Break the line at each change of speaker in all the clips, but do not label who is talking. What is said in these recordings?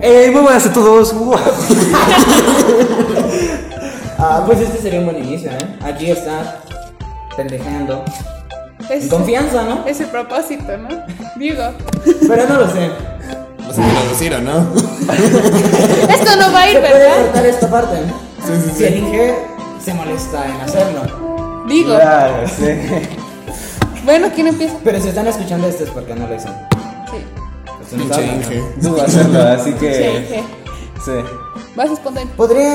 ¡Eh, muy buenas a todos!
Ah, pues este sería un buen inicio, ¿eh? Aquí está pendejeando. En
Es,
confianza, ¿no?
Este es el propósito, ¿no? Digo,
Pero no lo sé.
Vas a traducir, ¿o no?
esto no va a ir,
Se puede
¿verdad?
cortar esta parte.
Sí, sí,
Si
sí.
el Inge se molesta en hacerlo.
Digo.
Claro, sí.
Bueno, ¿quién empieza?
Pero si están escuchando esto es porque no lo hicieron.
Sí.
Esto no
Pinche
habla.
Inge.
Dudo hacerlo, así
Sí,
que.
sí.
Sí.
Vas espontáneo.
¿Podría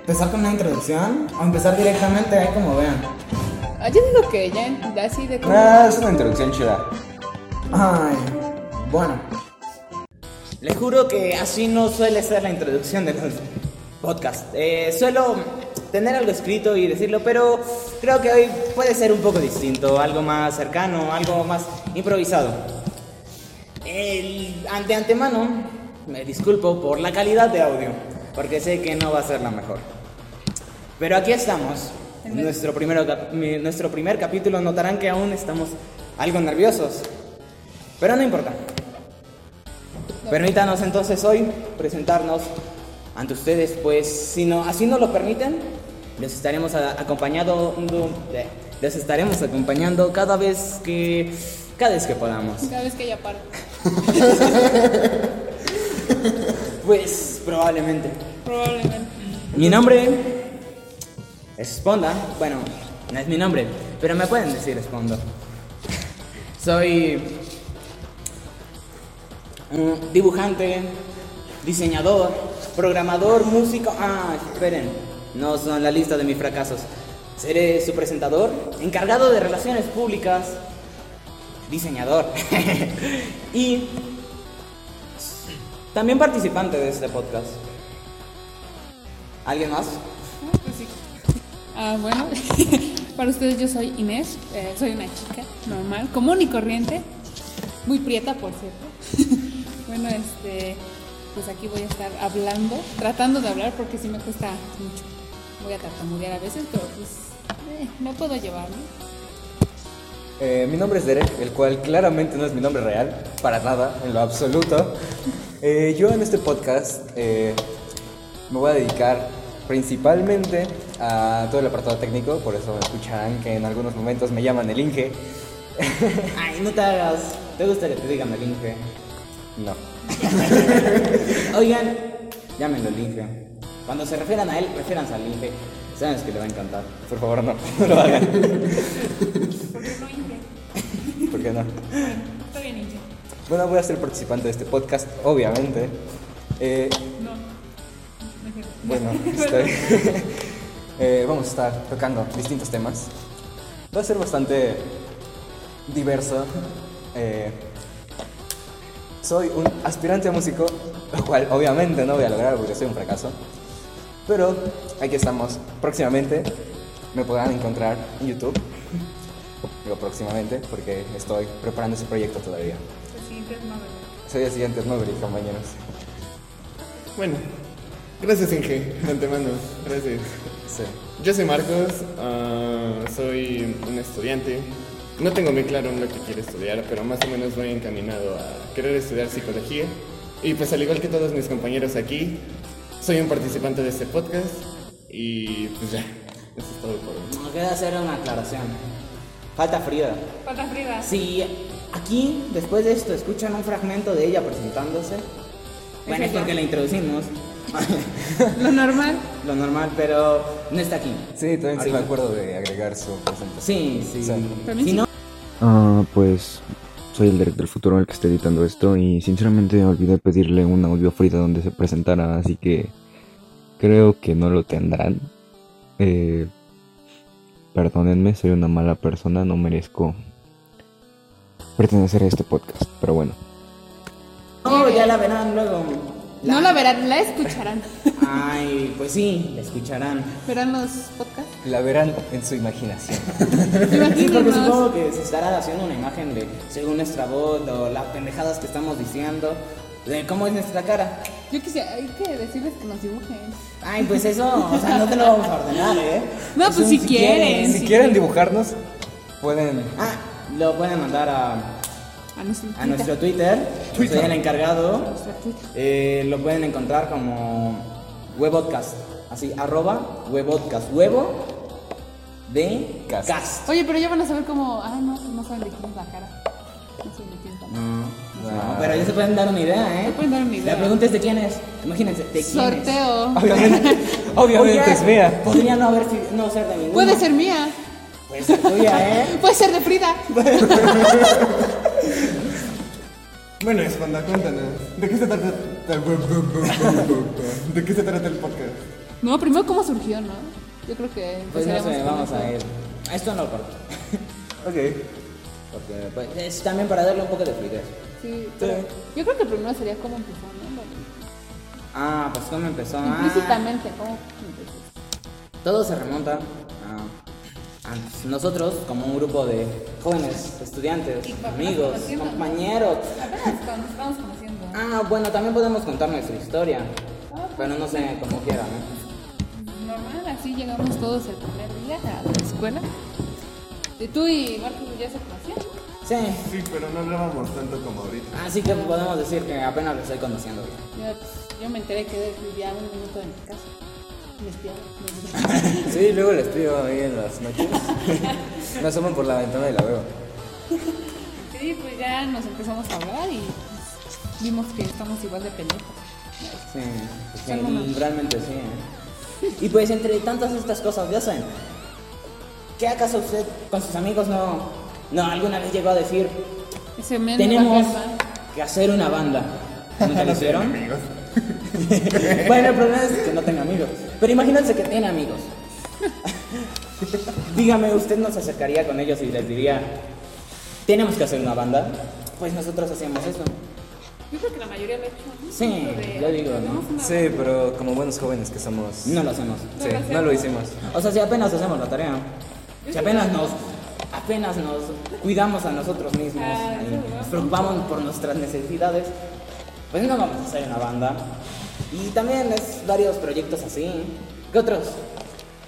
empezar con una introducción? O empezar directamente ahí como vean.
Ah, yo digo que ya, ya así de como.
Ah, es una introducción chida.
Ay, bueno.
Les juro que así no suele ser la introducción de los podcasts. Eh, suelo tener algo escrito y decirlo, pero creo que hoy puede ser un poco distinto, algo más cercano, algo más improvisado. El- ante antemano, me disculpo por la calidad de audio, porque sé que no va a ser la mejor. Pero aquí estamos. En nuestro, primero cap- mi- nuestro primer capítulo notarán que aún estamos algo nerviosos. Pero no importa. Permítanos entonces hoy presentarnos ante ustedes, pues si no, así no lo permiten, les estaremos a- acompañado, eh, les estaremos acompañando cada vez que, cada vez que podamos.
Cada vez que ella para.
Pues probablemente.
Probablemente.
Mi nombre es Sponda, bueno, no es mi nombre, pero me pueden decir Spondo. Soy un dibujante, diseñador, programador, músico. Ah, esperen, no son la lista de mis fracasos. Seré su presentador, encargado de relaciones públicas, diseñador y también participante de este podcast. ¿Alguien más?
Pues sí. Ah, bueno, para ustedes yo soy Inés, eh, soy una chica normal, común y corriente, muy prieta por cierto. bueno, este, pues aquí voy a estar hablando, tratando de hablar porque sí me cuesta mucho. Voy a tartamudear a veces, pero pues eh, me puedo llevar, ¿no?
Eh, mi nombre es Derek, el cual claramente no es mi nombre real, para nada, en lo absoluto. Eh, yo en este podcast eh, me voy a dedicar principalmente a todo el apartado técnico, por eso escucharán que en algunos momentos me llaman el Inge.
Ay, no te hagas. Te gusta que te digan el Inge.
No.
Oigan, llámenlo el Inge. Cuando se refieran a él, refieranse al Inge. Sabes que le va a encantar.
Por favor, no, no lo hagan. ¿Por qué no?
Está bien, Inge.
Bueno, voy a ser participante de este podcast, obviamente. Eh,
No.
Bueno, está bien. Eh, vamos a estar tocando distintos temas. Va a ser bastante diverso. Eh, soy un aspirante a músico, lo cual obviamente no voy a lograr porque soy un fracaso. Pero aquí estamos. Próximamente me podrán encontrar en YouTube. Digo próximamente porque estoy preparando ese proyecto todavía.
Pues
Soy el siguiente Maverick, compañeros.
Bueno, gracias Inge, de antemano. Gracias.
Sí.
Yo soy Marcos, ah, soy un estudiante. No tengo muy claro en lo que quiero estudiar, pero más o menos voy encaminado a querer estudiar psicología. Y pues al igual que todos mis compañeros aquí, soy un participante de este podcast y pues ya, eso es todo por hoy.
Nos queda hacer una aclaración. Falta Frida.
Patas fridas.
Si aquí, después de esto, escuchan un fragmento de ella presentándose, bueno, es porque la introducimos.
Lo normal.
Lo normal, pero no está aquí.
Sí, también sí me
Ahorita.
acuerdo de agregar su presentación.
Sí, sí.
Sí.
También
Si
sí.
no,
Ah, pues soy el Derek del futuro el que está editando esto y sinceramente olvidé pedirle un audio a Frida donde se presentara, así que creo que no lo tendrán. Eh, perdónenme, soy una mala persona, no merezco pertenecer a este podcast, pero bueno.
no, ya la verán luego.
No la verán, la escucharán.
Ay, pues sí, la escucharán.
Verán los podcasts.
La verán en su imaginación.
Sí, porque
Imagínenos.
supongo que se estará haciendo una imagen de, según nuestra voz, o las pendejadas que estamos diciendo, de cómo es nuestra cara.
Yo quisiera, hay que decirles que nos dibujen.
Ay, pues eso, o sea, no te lo vamos a ordenar, ¿eh?
No,
Es
pues
un
si quieren.
si quieren dibujarnos, pueden. mm,
Ah, lo pueden mandar a...
a nuestro
a nuestro Twitter. Soy el encargado.
nuestra Twitter.
Eh, lo pueden encontrar como webodcast. Así, arroba webodcast. Huevo de
Cast.
cast.
Oye, pero ya van a saber cómo. Ah, no, no saben de quién es la cara. No saben de quién es la cara.
No,
ah,
pero ya se pueden dar una idea, ¿eh?
Se pueden dar una idea.
La pregunta es de quién es. Imagínense, ¿de quién es?
Sorteo.
Obviamente, obviamente
Oye,
es mía.
Podría no, haber, si- no ser de ninguna.
Puede ser mía.
Puede ser tuya, ¿eh?
Puede ser de Frida.
Bueno, Espanda, cuéntanos. ¿De qué se trata? ¿De qué se trata el podcast?
No, primero cómo surgió, ¿no? Yo creo que.
Pues no sé,
empezaríamos con
vamos
eso.
a ir. A Esto no, porque,
Ok.
porque pues, es también para darle un poco de fluidez.
Sí, pero yo creo que primero sería cómo empezó, ¿no?
Ah, pues cómo empezó. Ah,
Implícitamente, cómo empezó.
todo se remonta a, a nosotros, como un grupo de jóvenes, estudiantes,
Y papás,
amigos,
haciendo-
compañeros.
Apenas cuando estamos conociendo.
Ah, bueno, también podemos contar nuestra historia. Pero no sé, como quieran, ¿eh?
Normal, así llegamos todos el primer día a la escuela. Y tú y Marcos ya se conocían. ¿no?
Sí,
Sí, pero no hablábamos tanto como ahorita.
Así que podemos decir que apenas lo estoy conociendo.
Yo, pues, yo me enteré que vivía un minuto de mi casa. Me espiaba. me espiaba.
Sí, luego les pido ahí en las noches. Me asoman por la ventana y la veo.
Sí, pues ya nos empezamos a hablar y pues, vimos que estamos igual de pendejos.
Sí, sí,
Son mamás.
realmente sí. ¿eh? Y pues entre tantas estas cosas, ya saben, ¿qué acaso usted con sus amigos no, no alguna vez llegó a decir,
Ese men me va a
tenemos
calmar.
que hacer una banda? ¿Nunca lo hicieron? bueno, el problema es que no tengo amigos. Pero imagínense que tiene amigos. Dígame, ¿usted no se acercaría con ellos y les diría, tenemos que hacer una banda? Pues nosotros hacíamos eso.
Yo creo que la mayoría lo ha hecho. ¿no?
Sí,
Lo de-
yo digo, ¿no?
tenemos una-
Sí, pero como buenos jóvenes que somos.
No lo hacemos.
Sí, no lo hicimos.
O sea, si apenas hacemos la tarea, si apenas nos, apenas nos cuidamos a nosotros mismos,
Ah,
y
eso es
nos preocupamos por nuestras necesidades, pues no vamos a hacer una banda. Y también es varios proyectos así. ¿Qué otros?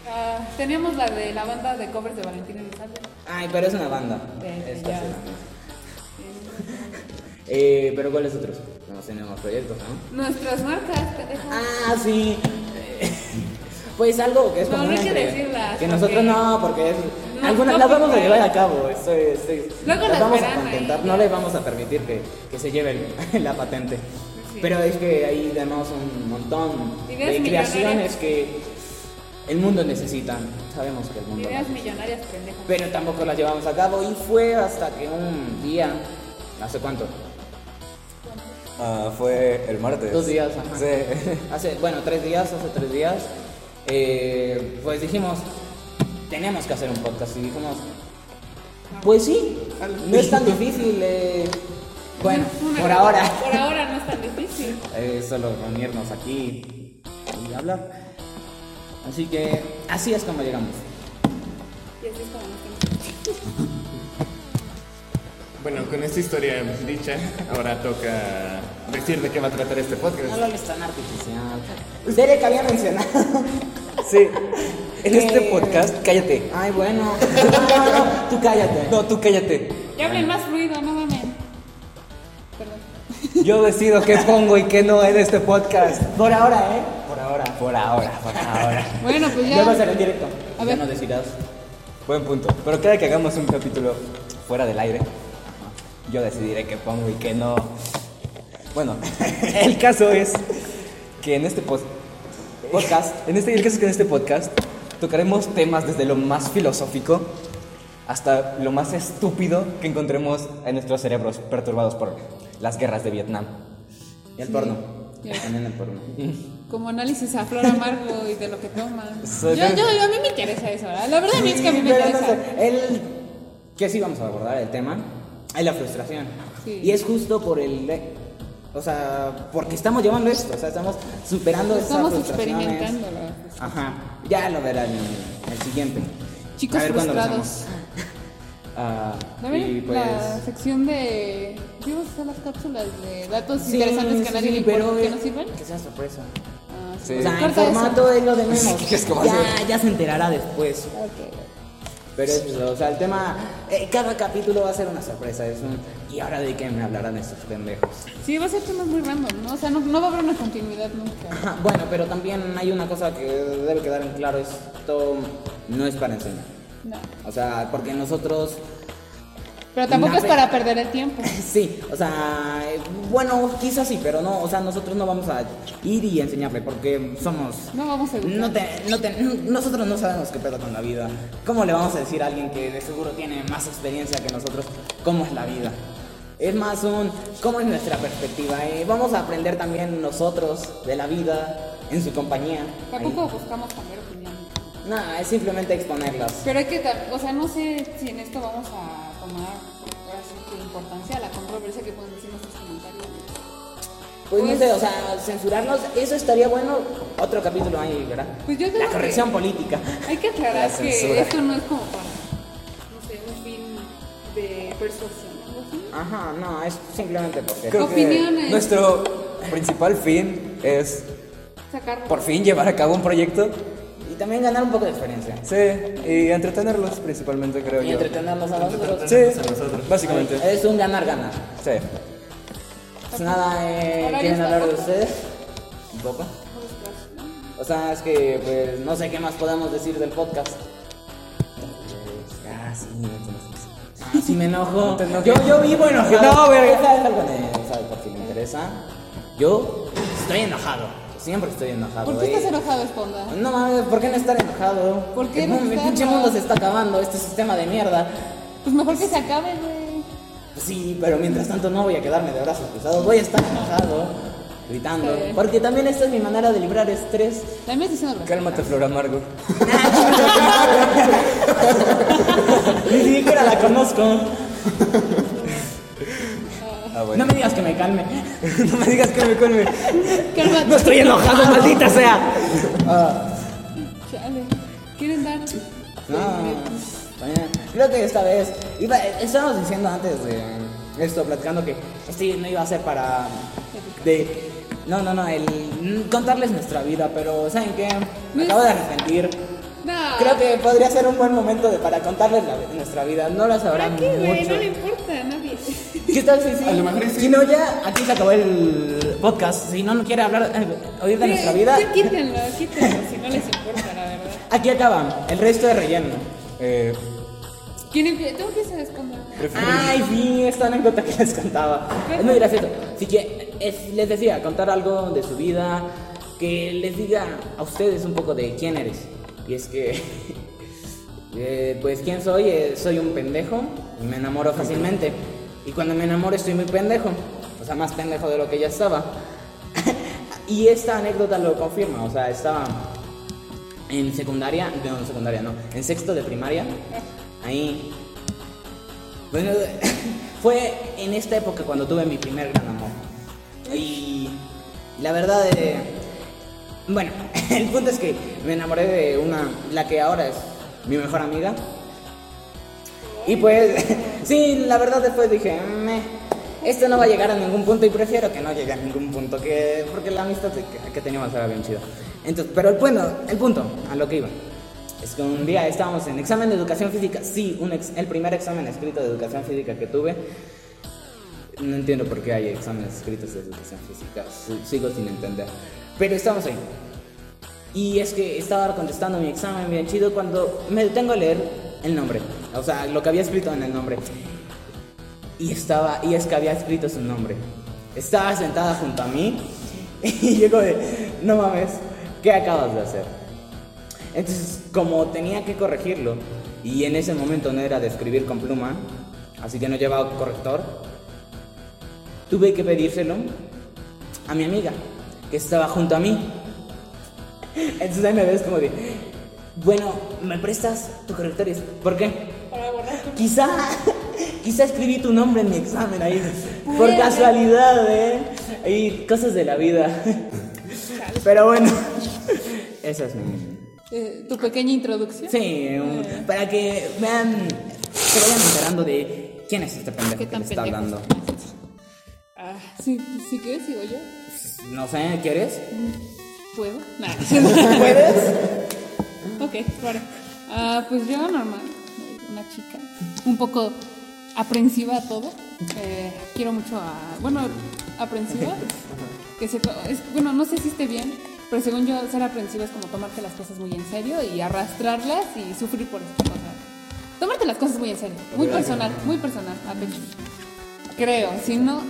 Ah, teníamos la de la banda de covers de Valentín Elizalde.
Ay, pero es una banda.
Eh,
Es
ya.
casi la misma. Eh, pero ¿cuáles otros? No tenemos proyectos, ¿no?
Nuestras marcas, pendejo.
Ah, sí. Eh, Pues algo que es
No,
como
no hay
una
que
entre-
decirlas,
Que nosotros
porque-
no, porque es.
No,
algunas
no,
las vamos a
porque-
llevar a cabo. Eso es, es-
Luego
las
las
vamos a
verán ahí.
contentar. No le vamos a permitir que, que se lleve el- la patente.
Sí.
Pero es que ahí tenemos un montón
Ideas
de creaciones
millonarias.
que el mundo necesita. Sabemos que el mundo.
Ideas
necesita.
millonarias, pendejo.
Pero tampoco las llevamos a cabo. Y fue hasta que un día. ¿Hace cuánto?
Ah, fue el martes.
Dos días, ajá.
Sí.
Hace, bueno, tres días, hace tres días, eh, pues dijimos, tenemos que hacer un podcast. Y dijimos, pues sí, no es tan difícil. eh, bueno,
Una-
por ahora.
Por ahora no es tan difícil.
Eh, solo reunirnos aquí y hablar. Así que así es como llegamos.
Y así es como nos conocimos.
Bueno, con esta historia dicha, ahora toca decir de qué va a tratar este
No
podcast.
lo hables tan artificial. Derek había mencionado.
Sí. En
Eh.
este podcast, cállate.
Ay, bueno. No, no, no, tú cállate.
No, tú cállate.
Ya hablen más ruido, no mames. Perdón.
Yo decido qué pongo y qué no en este podcast.
Por ahora, ¿eh? Por ahora.
Por ahora, por ahora.
Bueno, pues ya.
Luego será en directo.
A
Ya
ver.
no decidas.
Buen punto. Pero cada que hagamos un capítulo fuera del aire, yo decidiré qué pongo y qué no. Bueno, el caso es que en este podcast.
Podcast.
En este, el caso es que en este podcast tocaremos temas desde lo más filosófico hasta lo más estúpido que encontremos en nuestros cerebros perturbados por las guerras de Vietnam.
Y el porno.
Ya.
También el porno.
Como análisis a flor amargo y de lo que toman. Yo,
Soy-
yo, yo- a mí me interesa eso, ¿verdad? La verdad a mí es que a mí me
Pero no
interesa.
sé, el que sí vamos a abordar el tema es la frustración.
Sí.
Y es justo por el o sea, porque estamos llevando esto, o sea, estamos superando esas
Pues Estamos
frustraciones.
experimentándolo.
Ajá. Ya lo verán en el siguiente.
Chicos
A ver cuándo lo
frustrados.
hacemos. Ah,
¿No
y
ven?
pues
La sección de. ¿Qué vas a hacer las cápsulas de datos
sí,
interesantes que a
sí,
nadie
sí,
le importa
pero
que
es-
no sirven?
Que sea sorpresa.
Ah,
Sí.
O sea, el
Corta eso.
formato es lo de menos.
¿Qué es que va a
ya, ya se enterará después.
Ok.
Pero es eso, o sea, el tema, eh, cada capítulo va a ser una sorpresa, es un, ¿y ahora de qué me hablarán estos pendejos?
Sí, va a ser temas muy random, ¿no? O sea, no, no va a haber una continuidad nunca.
Ajá, Bueno, pero también hay una cosa que debe quedar en claro, esto no es para enseñar.
No.
O sea, porque nosotros
Pero tampoco
Una
es para perder el tiempo.
Sí, o sea, eh, bueno, quizás sí, pero no, o sea, nosotros no vamos a ir y enseñarle porque somos...
No vamos a educar.
No te, no te, nosotros no sabemos qué pedo con la vida. ¿Cómo le vamos a decir a alguien que de seguro tiene más experiencia que nosotros cómo es la vida? Es más un cómo es nuestra perspectiva. eh, vamos a aprender también nosotros de la vida en su compañía.
Tampoco buscamos cambiar opinión.
Nada, es simplemente exponerlas.
Pero hay que, dar- o sea, no sé si en esto vamos a tomar ahora sí que importancia a la controversia que pueden decir nuestros comentarios.
Pues no
Pues-
sé, o sea, censurarnos, eso estaría bueno. Otro capítulo ahí, ¿verdad?
Pues yo creo
La
que-
corrección política.
Hay que aclarar
La
que
censura.
esto no es como para, no sé, un fin de persuasión. algo así.
Ajá, no, es simplemente porque.
Creo que
Opiniones.
nuestro principal fin es
Sacar.
por fin llevar a cabo un proyecto.
Y también ganar un poco de experiencia.
Sí, y entretenerlos principalmente, creo
Y
yo.
entretenernos a nosotros.
Sí, básicamente.
Es un ganar-ganar.
Sí.
Pues nada, eh,
Horario
¿quieren
está
hablar de
poco.
ustedes? Un poco. O sea, es que pues no sé qué más podamos decir del podcast.
Ah, sí,
Ah, Si me enojo.
Pues
yo, yo vivo enojado.
No, verga.
¿Sabes algo de- ¿Sabes por qué me interesa? Yo estoy enojado. Siempre estoy enojado.
¿Por qué
eh.
estás enojado, Esponda?
No mames, ¿por qué no estar enojado?
¿Por qué
El
no
mundo- el
estarlo?
pinche mundo se está acabando, este sistema de mierda.
Pues mejor que se acabe, güey.
Sí, pero mientras tanto no voy a quedarme de brazos cruzados, voy a estar enojado, gritando.
Sí.
Porque también esta es mi manera de librar estrés.
También estás diciendo lo
Cálmate, Flor Amargo.
Ni siquiera la conozco.
Ah, bueno.
No me digas que me calme.
No me digas que me colme.
Cálmate.
No estoy enojado, maldita sea.
Chale. ¿Quieren dar?
No, también, creo que esta vez iba, estábamos diciendo antes de esto platicando que este no iba a ser para de no no no el mm, contarles nuestra vida pero saben qué
Pues
me acabo de arrepentir
No.
creo que podría ser un buen momento de, para contarles la- nuestra vida no la sabrán
¿Para qué, güey?
mucho
No le importa a nadie.
¿Qué tal si sí?
A lo mejor sí.
si no ya aquí se acabó el podcast si no no quiere hablar eh, oír de nuestra vida
Ya quítenlo, quítenlo, si no les importa, la verdad.
aquí acaba el resto de relleno
Eh,
¿Quién empieza? Tú empiezas a esconder.
Ay, sí, esta anécdota que les contaba. Es muy gracioso. Así que es- les decía, contar algo de su vida, que les diga a ustedes un poco de quién eres. Y es que, eh, pues, ¿quién soy? Eh, soy un pendejo y me enamoro fácilmente. Y cuando me enamoro estoy muy pendejo. O sea, más pendejo de lo que ya estaba. y esta anécdota lo confirma. O sea, estaba en secundaria, no, en secundaria no, en sexto de primaria, ahí. Bueno, Pues, fue en esta época cuando tuve mi primer gran amor. Y la verdad, eh, bueno, el punto es que me enamoré de una, la que ahora es mi mejor amiga. Y pues, sí, la verdad después dije, "Meh, esto no va a llegar a ningún punto y prefiero que no llegue a ningún punto, que, porque la amistad que, que teníamos era bien chida. Entonces, pero el, bueno, el punto, a lo que iba, es que un día estábamos en examen de educación física, sí, un ex- el primer examen escrito de educación física que tuve. No entiendo por qué hay exámenes escritos de educación física, si- sigo sin entender. Pero estamos ahí. Y es que estaba contestando mi examen bien chido cuando me detengo a leer el nombre. O sea, lo que había escrito en el nombre. Y estaba, y es que había escrito su nombre. Estaba sentada junto a mí y llegó de, no mames, ¿qué acabas de hacer? Entonces, como tenía que corregirlo, y en ese momento no era de escribir con pluma, así que no llevaba corrector, tuve que pedírselo a mi amiga, que estaba junto a mí. Entonces ahí me ves como de, bueno, ¿me prestas tu corrector? Y es, ¿Por qué?
Para borrar.
Quizá, quizá escribí tu nombre en mi examen ahí, por
Pudiera.
casualidad, ¿eh? Y cosas de la vida. Pero bueno, esa es mi...
Eh, tu pequeña introducción.
Sí, un- para que vean, se vayan enterando de quién es este pendejo
¿Qué
que
tan
le está
pendejo?
hablando.
Ah, sí, sí que sigo yo.
No sé, ¿quieres?
¿Puedo? Nada.
¿Puedes?
ok, claro. Ah, pues yo normal. una chica un poco aprensiva a todo. Eh, quiero mucho a. Bueno, aprensiva. que se, to- es, bueno, no sé si esté bien, pero según yo, ser aprensiva es como tomarte las cosas muy en serio y arrastrarlas y sufrir por esas cosas. Tomarte las cosas muy en serio, muy personal, muy personal, a pecho. Creo, si no.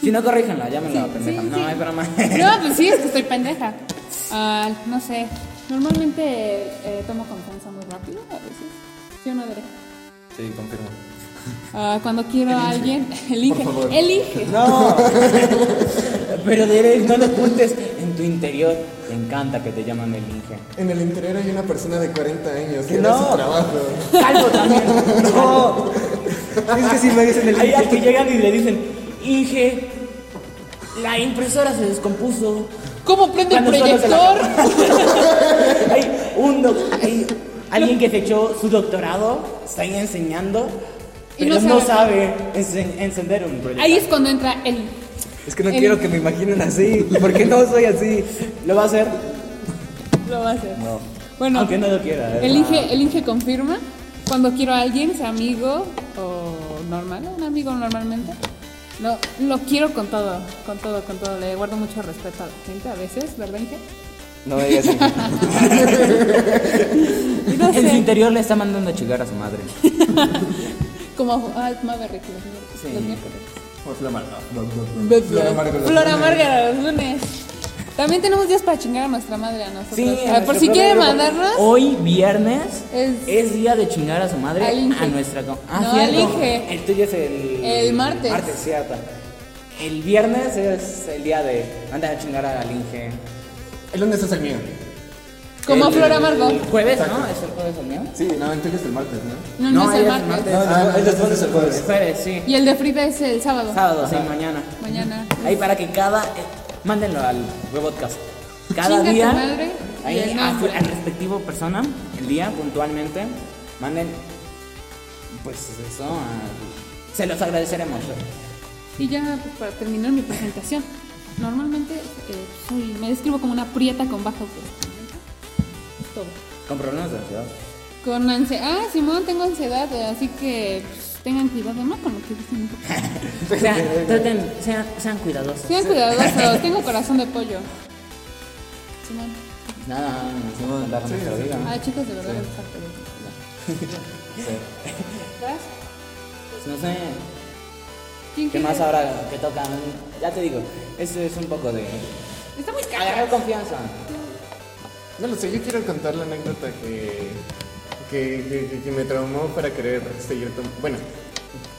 Si no, corríjanla, llámenla
Sí,
pendeja.
sí,
no,
sí.
es broma.
No, pues sí, es que estoy pendeja. Ah, no sé. Normalmente eh, tomo confianza muy rápido, a veces. ¿Sí o no, Dere?
Sí, confirmo.
Ah, cuando quiero a alguien, elige.
favor.
Elige.
No. Pero Derek, no lo ocultes. En tu interior te encanta que te llaman el Inge.
En el interior hay una persona de 40 años que
Que
no.
no.
su trabajo.
Calvo también. No.
Es que si me dicen el
Hay al que llegan y le dicen, Inge, la impresora se descompuso.
¿Cómo prendo el
Cuando solo se la-
proyector?
hay un doc- hay alguien que se echó su doctorado, está ahí enseñando,
Y
pero
no
no
sabe.
sabe, ense- encender un proyector.
Ahí es cuando entra el.
Es que no
El-
quiero que me imaginen así, porque no soy así.
Lo va a hacer,
Lo va a hacer. Bueno,
aunque no lo quiera.
el Inge, el Inge confirma. Cuando quiero a alguien, sea amigo o normal, un amigo normalmente. No, lo quiero con todo, con todo, con todo. Le guardo mucho respeto a la gente a veces, ¿verdad, Inge?
No me digas así.
Y no
En su
sé,
interior le está mandando a chingar a su madre.
como ah, es Maverick los, miércoles-
Sí.
los miércoles.
O Flor Amarga. No, no, no. Flor Amarga los
Flora
lunes.
Márgara los lunes. También tenemos días para chingar a nuestra madre, a nosotros.
Sí,
Ah,
en
por
nuestro
si
propio
quieren
grupo. Oh,
mandarnos,
Hoy, viernes,
Es-
es, día de chingar a su madre
Al Inge.
a nuestra. Ah, com-
No, al Inge.
El tuyo es el.
El martes.
Martes, cierto. El viernes es el día de. Andas a chingar al Inge.
El lunes es el mío.
como
El-
Flora Amargo.
El jueves, ¿no? ¿Es el jueves el mío?
Sí, no, el tuyo es el martes, ¿no?
No, no, es el
ya
martes.
Ah, no, el después es el
El
jueves.
jueves, sí.
Y el de Frida es el sábado.
Sábado, sí, mañana.
Mañana.
Ahí para que cada. eh, mándenlo al Webodcast. Cada
Chinga tu
día.
madre y
ahí
el
a-
nombre.
al respectivo persona, el día puntualmente. Manden. Pues eso. a- se los agradeceremos. ¿eh?
Y ya pues, para terminar mi presentación. Normalmente eh, soy- me describo como una prieta con baja autoestima. Todo.
Con problemas de ansiedad.
Con ansiedad. Ah, Simón, tengo ansiedad, eh, así que pues, tengan cuidado, ¿no? Con lo que dicen.
O sea, traten, sean, sean cuidadosos.
Sean cuidadosos, tengo corazón de pollo. Simón.
Nada, nos vamos a contar con nuestra vida.
Ah, chicos, de verdad, me gusta, pero ya. ¿Vas?
Pues no sé.
¿Quién
¿Qué
quiere?
más habrá que tocan? Ya te digo, esto es un poco de.
Está muy
Agarrar
caro.
confianza.
No lo sé, yo quiero contar la anécdota que, que, que- que- que me traumó para querer seguir, tom- bueno,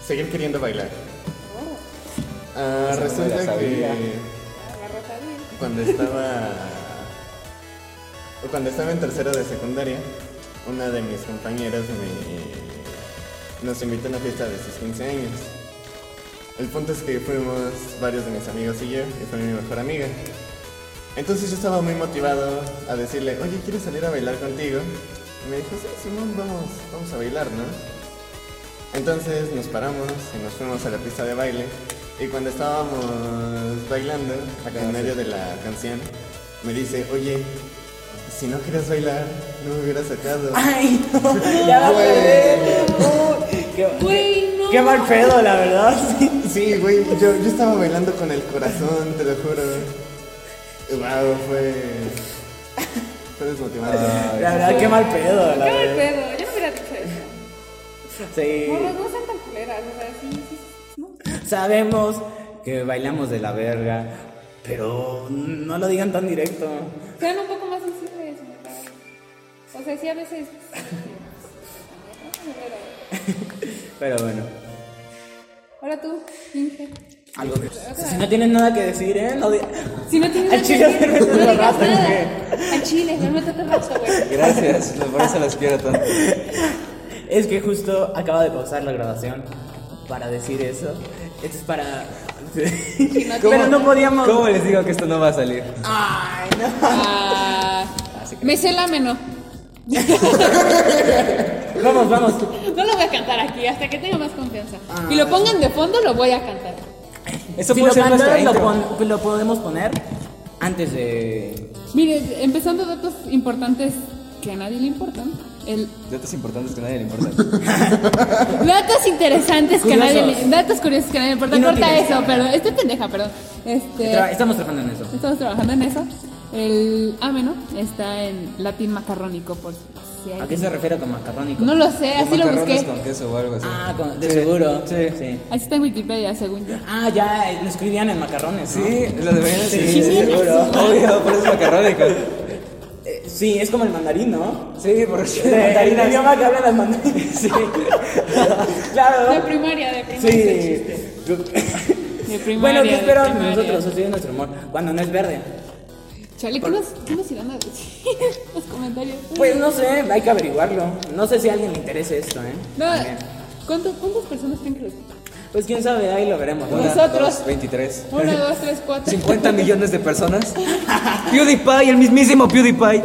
seguir queriendo bailar. Ah, resulta que cuando estaba cuando estaba en tercero de secundaria, una de mis compañeras me, nos invitó a una fiesta de sus 15 años. El punto es que fuimos varios de mis amigos y yo, y fue mi mejor amiga. Entonces yo estaba muy motivado a decirle, oye, ¿quieres salir a bailar contigo? Y me dijo, sí, Simón, vamos, vamos a bailar, ¿no? Entonces nos paramos y nos fuimos a la pista de baile. Y cuando estábamos bailando, acá en medio de la canción, me dice, oye, si no quieres bailar, no me hubieras sacado.
Ay, no, ya la perder.
Güey, no.
Qué mal pedo, la verdad. sí.
Sí, güey, yo, yo estaba bailando con el corazón, te lo juro. Wow, fue... Fue desmotivante.
La verdad, qué mal pedo, la
Qué
verdad.
mal pedo. Yo no hubiera dicho eso.
Sí.
Morras, no sean tan culeras, o sea, sí, sí, sí, no.
Sabemos que bailamos de la verga, pero no lo digan tan directo.
Sean un poco más sensibles, ¿verdad? O sea, sí, a veces.
Pero bueno.
Ahora tú, Inge.
Algo que... Si no tienen nada que decir, ¿eh? No di-
Si no tienes
Al
nada
chile,
que decir,
duérmete
no
otro
digas
rato,
nada.
Inge.
Al chile, duérmete otro rato, güey.
Gracias, por eso las quiero tanto.
Es que justo acaba de pausar la grabación para decir eso. Esto es para... Pero no podíamos...
¿Cómo les digo que esto no va a salir?
Ay, no.
Ah, me sé la menor.
Vamos, vamos.
No lo voy a cantar aquí hasta que tenga más confianza. Y lo pongan de fondo, lo voy a cantar.
Eso
si
puede
lo
ser
mandas,
nuestra
lo,
intro.
pon- pues lo podemos poner antes de...
Mire, empezando datos importantes que a nadie le importan. El,
Datos importantes que a nadie le importan.
datos interesantes que a nadie le,
Curiosos.
Datos curiosos que a nadie le importan. Corta
Inútiles.
eso, perdón. Estoy pendeja, perdón. Este,
Tra- Estamos trabajando en eso.
Estamos trabajando en eso. El ameno está en latín macarrónico, por si hay-
¿A qué se refiere con macarrónico?
No lo sé, así
Con
lo
macarrones
busqué.
con queso o algo así.
Ah, con- de
Sí,
seguro.
Sí.
sí.
Así está en Wikipedia, según yo.
Ah, ya, eh, lo escribían en macarrones. ¿no?
Sí, lo deberían decir.
Sí, seguro.
Obvio, por eso es macarrónico.
Eh, Sí, es como el mandarín, ¿no?
Sí, por eso.
El mandarín, el idioma que hablan las mandarines. Sí.
De
claro.
primaria, de primaria.
Sí.
De primaria.
Bueno, ¿qué
de
esperamos
primaria.
nosotros? Así es nuestro humor. Cuando no es verde.
Chale, ¿qué nos, ¿qué nos irán a decir los comentarios?
Pues no sé, hay que averiguarlo. No sé si a alguien le interese esto, ¿eh?
No,
También.
¿cuánto- ¿cuántas personas creen que los escuchan?
Pues quién sabe, ahí lo veremos. ¿no?
Una,
Nosotros.
dos, 23.
Una, dos, tres, cuatro.
50 millones de personas. PewDiePie, el mismísimo PewDiePie.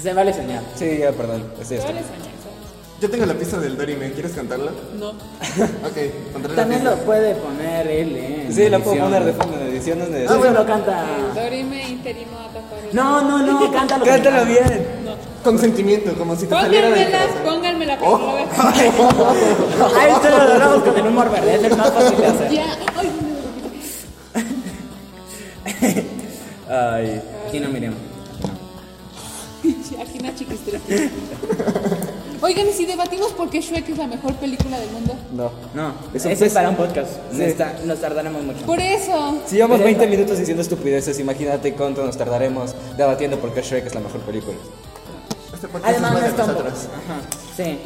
Se vale soñar.
Sí, ya, perdón. Así es.
Yo les añado.
Yo tengo la pista del Dorime, ¿quieres cantarla?
No.
Ok, contaré la
También
pista.
lo puede poner él, ¿eh? en
Sí, la puedo
edición.
poner de fondo en edición. No es
Ah,
necesario.
bueno, lo canta.
Dorime interino atacó.
No, no, no, cántalo.
Cántalo bien.
Con sentimiento, como si te saliera de...
Pónganmela, pónganmela
Oh.
para que lo vean.
Ahí se lo logramos con el humor verde, es el más fácil de hacer.
Ya. Ay, no.
Ay, aquí no miremos.
Sí, Aquí una chiquistera. Oigan, y si debatimos por qué Shrek es la mejor película del mundo.
No.
No,
Es un
ese es
pez.
para un podcast.
Sí.
No está- nos tardaremos mucho.
Por eso.
Si llevamos 20 minutos diciendo estupideces, imagínate cuánto nos tardaremos debatiendo por qué Shrek es la mejor película.
Este podcast es más
Además, no
de
es tan
nosotros.
Ajá, sí.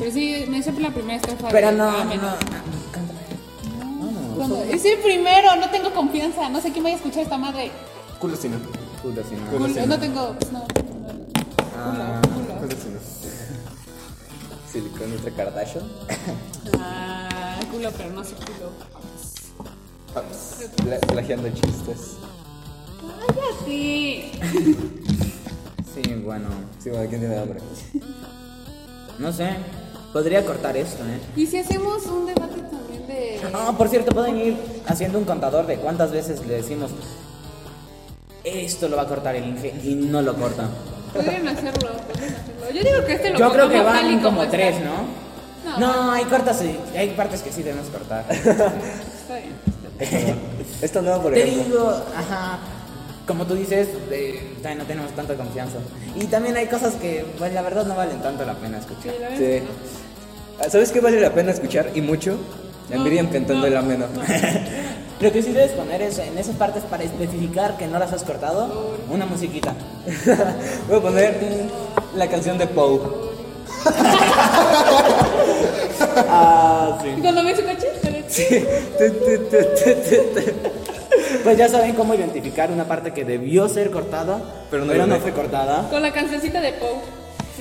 Pero sí, me siempre la primera estrofa.
Pero
de-
no,
Ah, menos.
no.
Cuando- Es el primero, no tengo confianza. No sé quién vaya a escuchar esta madre.
Culo sino.
Puta, si no.
Culo
Culo,
sino.
no tengo. pues, No. no, no.
Ah.
Culo.
Culo sino.
Silicón de Kardashian.
Ah, culo, pero no sé culo.
Pla- plagiando chistes.
Cállate.
Sí, bueno.
Sí, bueno, ¿quién tiene hambre?
No sé. Podría cortar esto, ¿eh?
Y si hacemos un debate también de.
Ah, por cierto, pueden ir haciendo un contador de cuántas veces le decimos esto lo va a cortar el Inge y no lo corta.
Podrían hacerlo, podrían hacerlo. Yo digo que este lo
Yo creo que
colocamos tal y
van como
está.
tres, ¿no?
No,
No, hay cortas, y- hay partes que sí debemos cortar.
Está bien.
Esta nueva, por
Te
ejemplo.
digo, ajá, como tú dices, eh, todavía no tenemos tanta confianza. Y también hay cosas que, pues la verdad no valen tanto la pena
Sí,
escuchar.
la verdad
Sí.
es que no.
Ah, ¿Sabes qué vale la pena escuchar y mucho? A Miriam cantando el ameno.
Lo que sí debes poner es en esas partes para especificar que no las has cortado, una musiquita.
Voy a poner la canción de Poe.
Ah, sí.
¿Y cuando ve su coche? Pero-
Tu, tu, tu, tu, tu, tu.
Pues ya saben cómo identificar una parte que debió ser cortada,
Pero
pero
no
no,
lo fue.
fue cortada.
Con la cancioncita de Pou.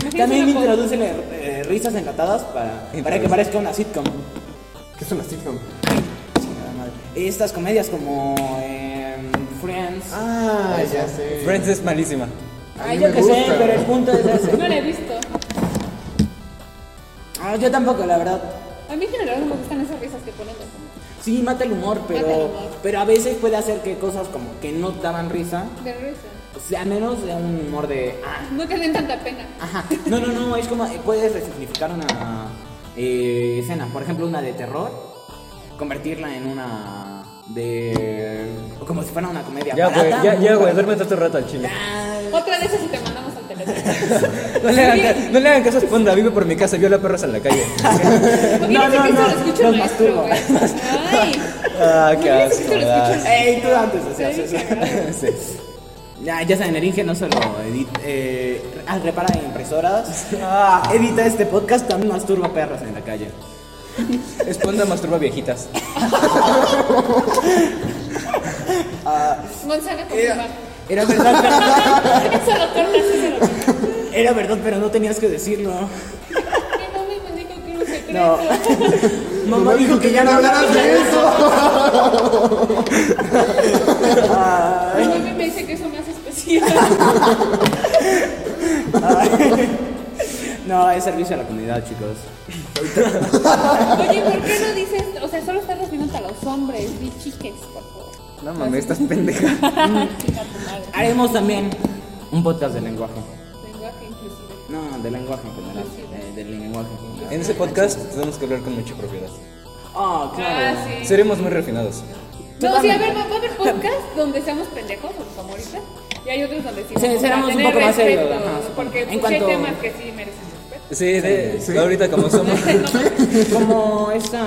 Imagínense
También
una Pou.
introducen eh, risas enlatadas para, para que
Introducen.
parezca una sitcom.
¿Qué es una sitcom?
Chingada madre. Estas comedias como em, Friends.
Ah, ya sé.
Friends es malísima.
a mí
yo
me
qué sé,
gusta.
pero el punto es
No
ese.
la he visto.
Ah, yo tampoco, la verdad.
A mí en general no me gustan esas risas que ponen los hombres.
Sí, mata el humor, pero,
Mata el humor.
pero a veces puede hacer que cosas como que no daban risa,
De risa.
al menos de un humor de, ah,
No que den tanta pena.
Ajá. No, no, no, es como eh, puedes resignificar una eh, escena, por ejemplo, una de terror, convertirla en una de como si fuera una comedia
Ya, güey,
barata,
ya,
muy
ya, güey,
barata.
duérmete otro rato al chile.
Otra de esas y te mandamos al teléfono.
No le hagan, ca- no le hagan caso a Fonda, vive por mi casa, viola perros en la calle.
Porque
No,
no, sé
no,
que esto
no,
lo escucho
los
el maestro,
masturbo.
güey. Ay.
Ah,
¿Por
qué
qué dices que esto lo
asco, ah,
escucho el
Ey, tú
maestro?
antes hacías
Sí,
eso.
claro.
Sí.
Ya, ya saben, Eringe no solo edita, eh, ah, repara impresoras, ah, edita este podcast, también masturba perros en la calle.
Es Fonda masturba viejitas.
Gonzaga confirmado.
Era verdad,
Eso lo cortas, eso lo cortas.
era verdad, pero no tenías que decirlo.
Mi mami me dijo que era un secreto.
No. Mamá dijo que ya no hablaras de eso.
Mi mami me dice que eso me hace especial.
No, es servicio a la comunidad, chicos.
Oye, ¿por qué no dices? O sea, solo estás refiriéndote a los hombres, di chiques, por favor.
No mames, estás pendeja.
Mm.
Chica tu madre.
Haremos también un podcast de lenguaje.
Lenguaje inclusivo.
del lenguaje en general. eh, del lenguaje en general.
En ese podcast tenemos que hablar con mucha propiedad.
Ah, claro.
Ah, sí.
Seremos muy refinados.
No, sí, a ver, va va a haber podcasts donde seamos pendejos, como ahorita, y hay otros donde sí.
Sí,
vamos a
seremos un
tener
poco más serios,
respeto,
ajá, supongo.
Porque
En
pues,
cuanto-
hay temas que sí merecen respeto.
Sí, de- ahorita como somos.
Como esa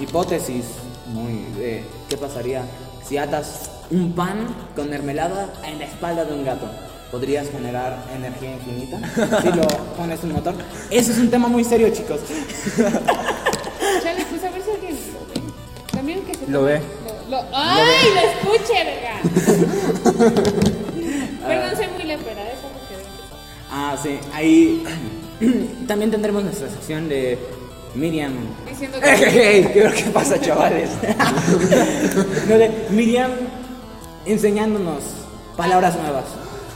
hipótesis muy de qué pasaría si atas un pan con mermelada en la espalda de un gato. ¿Podrías generar energía infinita si lo pones un motor? Eso es un tema muy serio, chicos.
Chale, pues a ver si alguien lo ve. También que se
Lo ve.
Lo- lo- ¡Ay! Lo, escuche, verga. Perdón, soy muy lepera, eso es lo que veo.
Ah, sí, ahí también tendremos nuestra sección de Miriam.
Diciendo
¡Ey,
que.
ey, ey! ¿Qué qué pasa, chavales?
No, de Miriam enseñándonos palabras nuevas.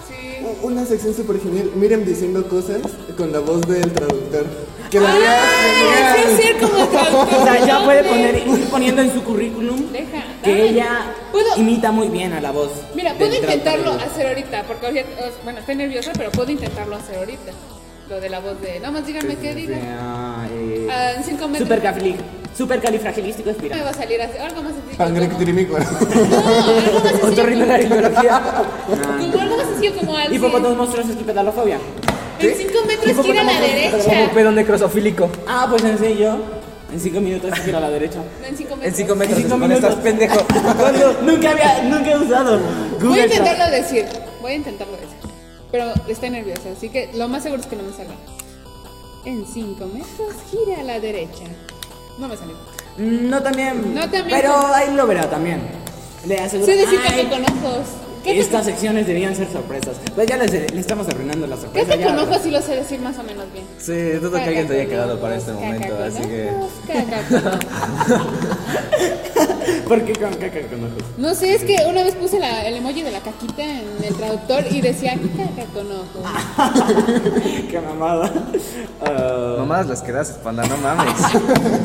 Sí.
U- Una sección súper genial. Miren diciendo cosas con la voz del traductor. Que la veas
¡Ay!
genial.
Sí, es como traductor.
O sea, ya puede
¿Dónde?
poner, ir poniendo en su currículum
Deja, dale.
que ella
Puedo-
imita muy bien a la voz.
Mira,
del
puedo intentarlo
traductor.
hacer ahorita, porque ahorita- os- bueno, estoy nerviosa, pero puedo intentarlo hacer ahorita. Lo de la voz de. Nada más díganme qué digo.
Ah, eh,
Ah, en cinco metros.
supercafli- Supercalifragilístico
Me
espiral.
va a salir así, algo más sencillo.
Pangrequitirimícuaro.
No, algo más sencillo.
Otorrinolaringología.
Como algo más sencillo como
Y
algo.
poco monstruos esquipedalofobia.
En 5 metros gira a la derecha.
Un pedón necrosofílico.
Ah, pues enseño. En cinco minutos se gira a la derecha.
No, en 5
En
metros.
5 metros.
cinco
con estás
minutos.
pendejo.
¿Cuándo? Nunca había, nunca he usado Google
Voy a
Tra-
intentarlo decir. Voy a intentarlo decir. Pero estoy nerviosa, así que lo más seguro es que no me salga. En 5 metros gira a la derecha. No me salió.
No también.
No también.
Pero ahí lo verá también. Le aseguro.
Sé decir
Ay,
café con ojos. ¿Qué te-
Estas secciones debían ser sorpresas. Pues ya les, le estamos arruinando la
¿Qué
sorpresa.
te
ya.
con ojos sí lo sé decir más o menos bien?
Sí, dudo que alguien te haya quedado para este momento, así que.
¿Por qué con caca con ojos?
No sé, es que una vez puse la- el emoji de la caquita en el traductor y decía caca con ojos.
qué mamada. Ah,
Nomás las quedas, panda, no mames.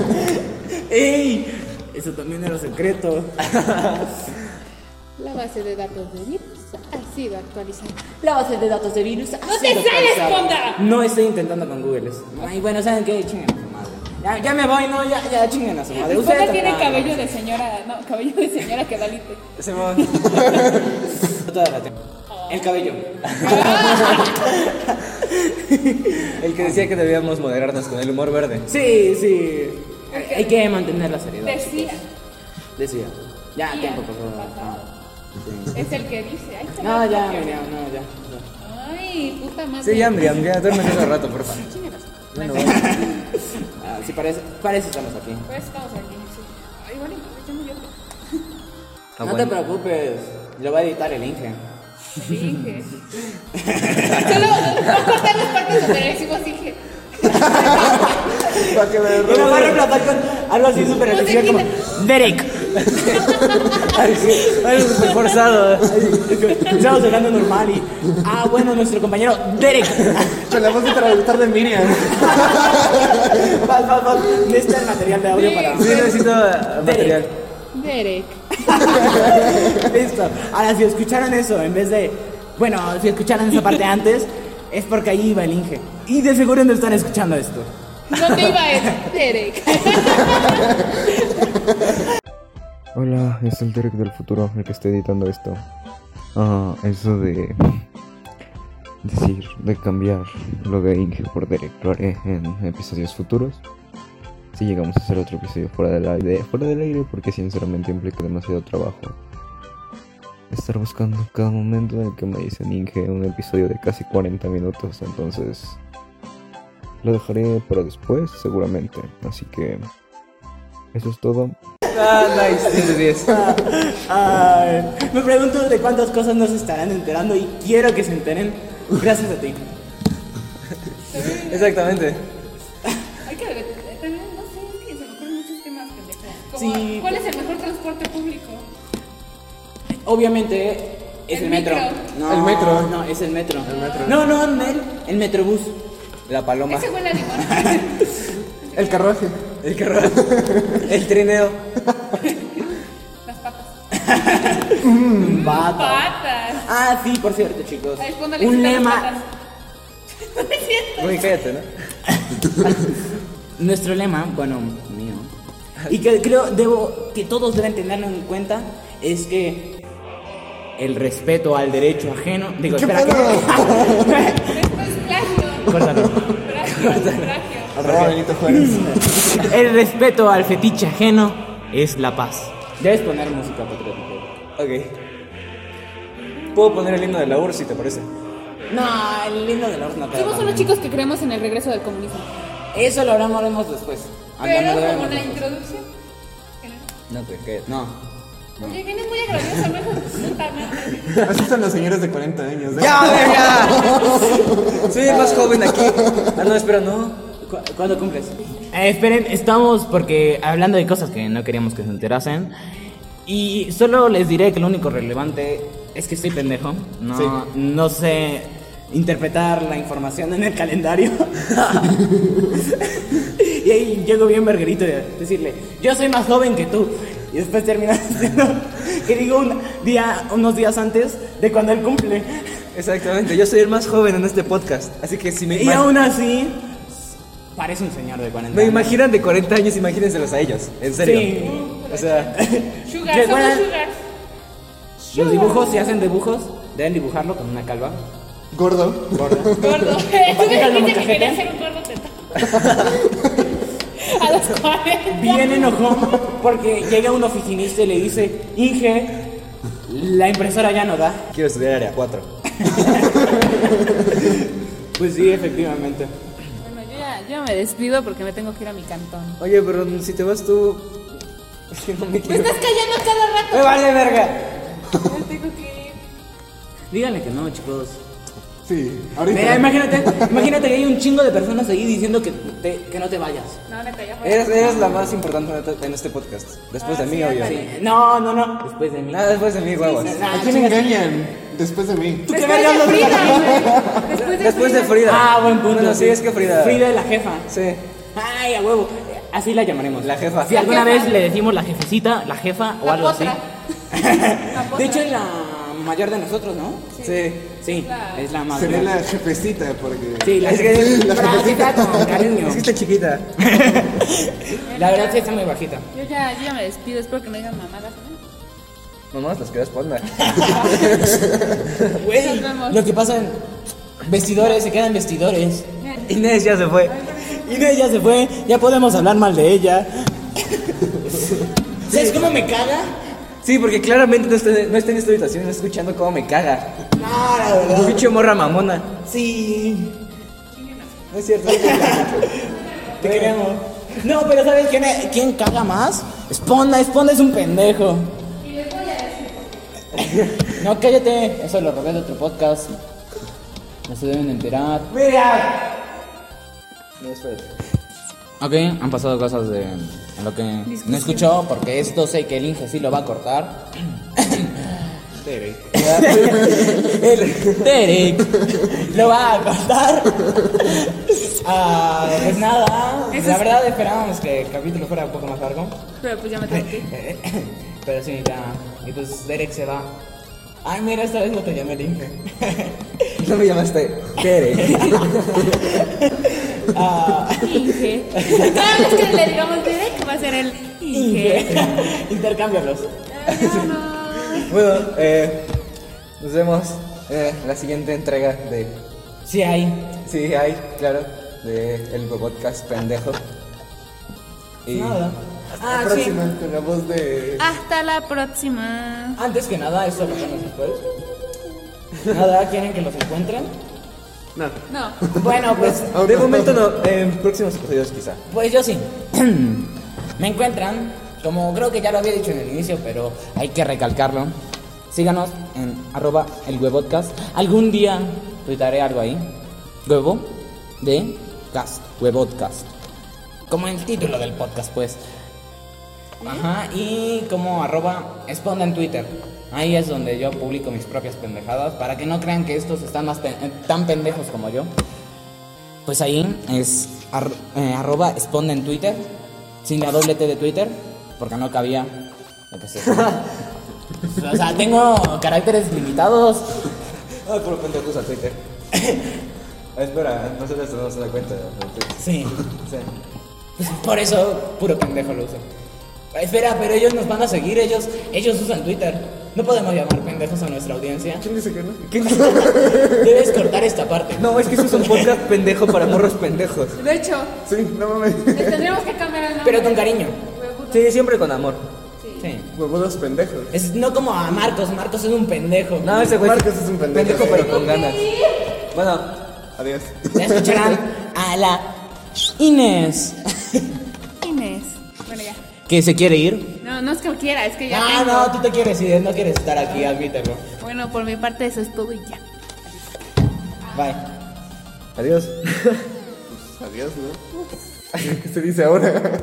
¡Ey! Eso también era secreto.
La base de datos de virus ha sido actualizada.
La base de datos de virus.
¡No te sales, Ponda!
No estoy intentando con Google. eso. Ay, bueno, ¿saben qué? Chinguen a su madre. Ya, ya me voy, no, ya, ya chinguen a su madre.
Mi
Ustedes
Ponda tiene
tocarán.
cabello de señora, no, cabello de señora que da lite.
Se va.
Toda la tem- El cabello.
El que decía que debíamos moderarnos con el humor verde.
Sí, sí. Hay- Hay que mantener la seriedad.
Decía,
Decía. Ya,
Decía.
tiempo, por favor. Ah.
es el que dice. Ay, se
No,
me
ya,
ocurrió.
mira, no, ya. ya.
Ay, puta madre.
Sí, ya, Miriam, ya duérmete un rato, por favor.
Chinga la su-
Ah, sí, parece, parece estamos aquí.
Pues estamos aquí, sí. Ay, bueno, ya me dio.
Ah,
no
bueno.
te preocupes, lo va a editar el Inge.
Dije. Solo voy a cortar las partes donde decimos dije.
Para que me
Y lo va a reemplazar con algo así súper
Musiquita.
especial como Derek.
Algo súper forzado.
Estamos hablando normal y. Ah, bueno, nuestro compañero Derek.
Con la voz del traductor de Miriam.
Vas, vas, vas. Necesita el material de audio para.
Sí, necesito eh, material.
Derek.
Listo. Ahora, si escucharon eso, en vez de. Bueno, si escucharon esa parte antes, es porque ahí iba el Inge. Y de seguro no están escuchando esto.
No te iba a decir Derek.
Hola, es el Derek del futuro, el que está editando esto. Ah, eso de decir, de cambiar lo de Inge por Derek, lo haré en episodios futuros. Si llegamos a hacer otro episodio fuera del aire, fuera del aire, porque sinceramente implica demasiado trabajo. Estar buscando cada momento en el que me dicen Inge un episodio de casi 40 minutos, entonces lo dejaré para después, seguramente. Así que eso es todo.
Ah, nice, 10 de 10.
Ay, me pregunto de cuántas cosas nos estarán enterando y quiero que se enteren. Gracias a ti.
Exactamente.
Hay que ver, eh, también, no sé, es que se me ocurren muchos temas pendejos. Como,
Sí.
¿Cuál es el mejor transporte público?
Obviamente es el,
El
metro.
micro.
No,
El metro.
No, es el metro. El metro. No, no, el, el metrobús.
La paloma.
Ese huele a limón.
El carruaje.
El que roba. El trineo.
Las patas.
Bata.
Patas.
Mm.
Ah, sí, por cierto, chicos.
Ay, póngale
Un
quitar las
lema.
patas.
Güey, cállate, ¿no?
Nuestro lema, bueno, mío, y que creo debo que todos deben tenerlo en cuenta es que el respeto al derecho ajeno, digo,
¿Qué
espera,
pedo?
¿qué?
Esto es plagio.
Córtalo.
Plagio, plagio.
Arroba Benito Juárez.
El respeto al fetiche ajeno es la paz. Debes poner música patriótica.
Ok. Puedo poner el himno de la URSS si te parece.
No, el lindo de los no te
Somos
va.
unos chicos que creemos en el regreso del comunismo.
Eso lo haremos después.
Pero
Hablamos de-
como una introducción.
No, te cállate.
No.
Oye, vienes muy agradecido, no hijo de tu puta madre.
Así son los señores de 40 años. ¿eh?
¡Ya, verga! Soy el más joven aquí. Ah, no, espera, no.
¿Cu- ¿Cuándo cumples? Eh, esperen, estamos porque hablando de cosas que no queríamos que se enterasen. Y solo les diré que lo único relevante es que estoy pendejo. No,
Sí.
no sé interpretar la información en el calendario. y ahí llego bien verguerito de decirle, yo soy más joven que tú. Y después terminas diciendo que digo un día, unos días antes de cuando él cumple.
Exactamente, yo soy el más joven en este podcast. Así que si me,
Y
ima-
aún así, parece un señor de 40
me
años.
imaginan de 40 años, imagínenselos a ellos. En serio.
Sí.
O sea,
Sugar, somos
Recuerda-
sugar.
Los dibujos, si hacen dibujos, deben dibujarlo con una calva.
Gordo.
Gordo. Tú
Oiga, lo
me dijiste que
mojajete.
querías ser un gordo tetón. A los 40.
Bien enojón porque llega un oficinista y le dice, Inge, la impresora ya no da.
quiero estudiar área 4.
Pues sí, efectivamente.
Bueno, yo ya, yo ya me despido porque me tengo que ir a mi cantón.
Oye, pero si te vas tú. Es que no me
Me
quiero.
estás callando a cada rato.
¡Me vale, verga!
Yo tengo que ir.
Díganle que no, chicos.
Sí,
Mira,
ahorita.
imagínate, imagínate que hay un chingo de personas ahí diciendo que, te- que no te vayas.
No, neta, ya fue.
Eres, eres la más importante neta en este podcast. Después de
Ah,
mí,
sí,
obvio.
ándale.
No, no, no. Después de mí.
Nada, después de mí, huevos.
Nah,
¿A quién
chingas.
engañan? Después de mí.
¿Tú qué
Después
verga
de
hablas de la
Frida,
jefa?
güey. Después de
Después de
Frida.
Frida.
Ah, buen punto.
Bueno, sí,
sí.
es que Frida.
Frida es la jefa.
Sí.
Ay, a huevo. Así la llamaremos.
La jefa.
Si
La
alguna
jefa.
vez le decimos la jefecita, la jefa o
La
algo
potra. La
así.
potra.
De hecho, es la mayor de nosotros, ¿no?
Sí.
Sí,
La-
es la más
Seré
grande.
la jefecita porque.
Sí, la
Es que-
jefecita.
la
La jefecita con cariño.
Es que está chiquita.
La verdad sí está muy bajita.
Yo ya, yo ya me despido, espero que no digan mamadas. ¿no?
Mamás, las que responda.
Güey,
Nos vemos.
lo que pasa en vestidores, se quedan vestidores.
Inés ya se fue.
Y de ella se fue, ya podemos hablar mal de ella. ¿Sabes cómo me caga?
Sí, porque claramente no está, no está en esta habitación está escuchando cómo me caga.
No, la verdad.
Pinche morra mamona.
Sí.
No es cierto.
Te queremos. No, pero ¿sabes quién, quién caga más? Esponda, Esponda es un pendejo. No, cállate, eso lo robé de otro podcast. No se deben enterar.
No, espérate.
Ok, han pasado cosas de en lo que no escuchó, porque esto sé que el Inge sí lo va a cortar. Derek. Derek lo va a cortar. Ah, pues nada,
Eso
la
es-
verdad esperábamos que el capítulo fuera un poco más largo.
Pero pues ya me tengo que ir.
Pero sí, ya. Y pues Derek se va. Ay, mira, esta vez no te llamé el Inge.
No me llamaste. Tere.
Ah,
Inge. Cada vez que le digamos Derek va a ser el Inge.
Inge. Intercámbialos.
Ay, vámonos.
Bueno, eh, nos vemos eh, la siguiente entrega de.
Sí, hay.
Sí, hay, claro. De el podcast pendejo. Y
Nada. Ah,
La
sí.
próxima con la voz de.
Hasta la próxima.
Antes que nada, eso lo hacemos después. Nada, ¿quieren que los encuentren?
No.
Bueno, pues,
de momento no, en próximos episodios quizá.
pues yo sí. Me encuentran, como creo que ya lo había dicho en el inicio, pero hay que recalcarlo. Síganos en arroba el huevocast. Algún día tuitaré algo ahí. Huevo de cast, huevocast. Como el título del podcast, pues. Ajá, y como arroba esponda en Twitter. Ahí es donde yo publico mis propias pendejadas para que no crean que estos están más pen- eh, tan pendejos como yo. Pues ahí es ar- eh, arroba esponda en Twitter, sin la doble T de Twitter, porque no cabía. lo que sea. o sea, tengo caracteres limitados.
Ah, por pendejos a Twitter.
Ah, espera, nosotros no se da cuenta. entonces,
Sí.
sí.
Pues por eso, puro pendejo lo uso. Espera, pero ellos nos van a seguir, ellos, ellos usan Twitter. No podemos llamar pendejos a nuestra audiencia.
¿Quién dice que no?
Debes cortar esta parte.
No, es que eso es un podcast pendejo para morros pendejos.
De hecho,
Sí, no mames.
le tendríamos que cambiar el nombre.
Pero con cariño.
Huevudos.
Sí, siempre con amor.
Sí.
Huevudos pendejos.
Es no como a Marcos, Marcos es un pendejo.
No, ese güey
Marcos es un pendejo.
pendejo, pero con ganas. Bueno,
Adiós.
Ya escucharán a la Inés.
Inés. Bueno, ya.
¿Que se quiere ir?
No, no es que quiera, es que ya.
Ah,
tengo.
no, tú te quieres ir, no quieres estar aquí, admítelo.
Bueno, por mi parte, eso es todo y ya.
Bye.
adiós.
Adiós, ¿no? ¿Qué se dice ahora?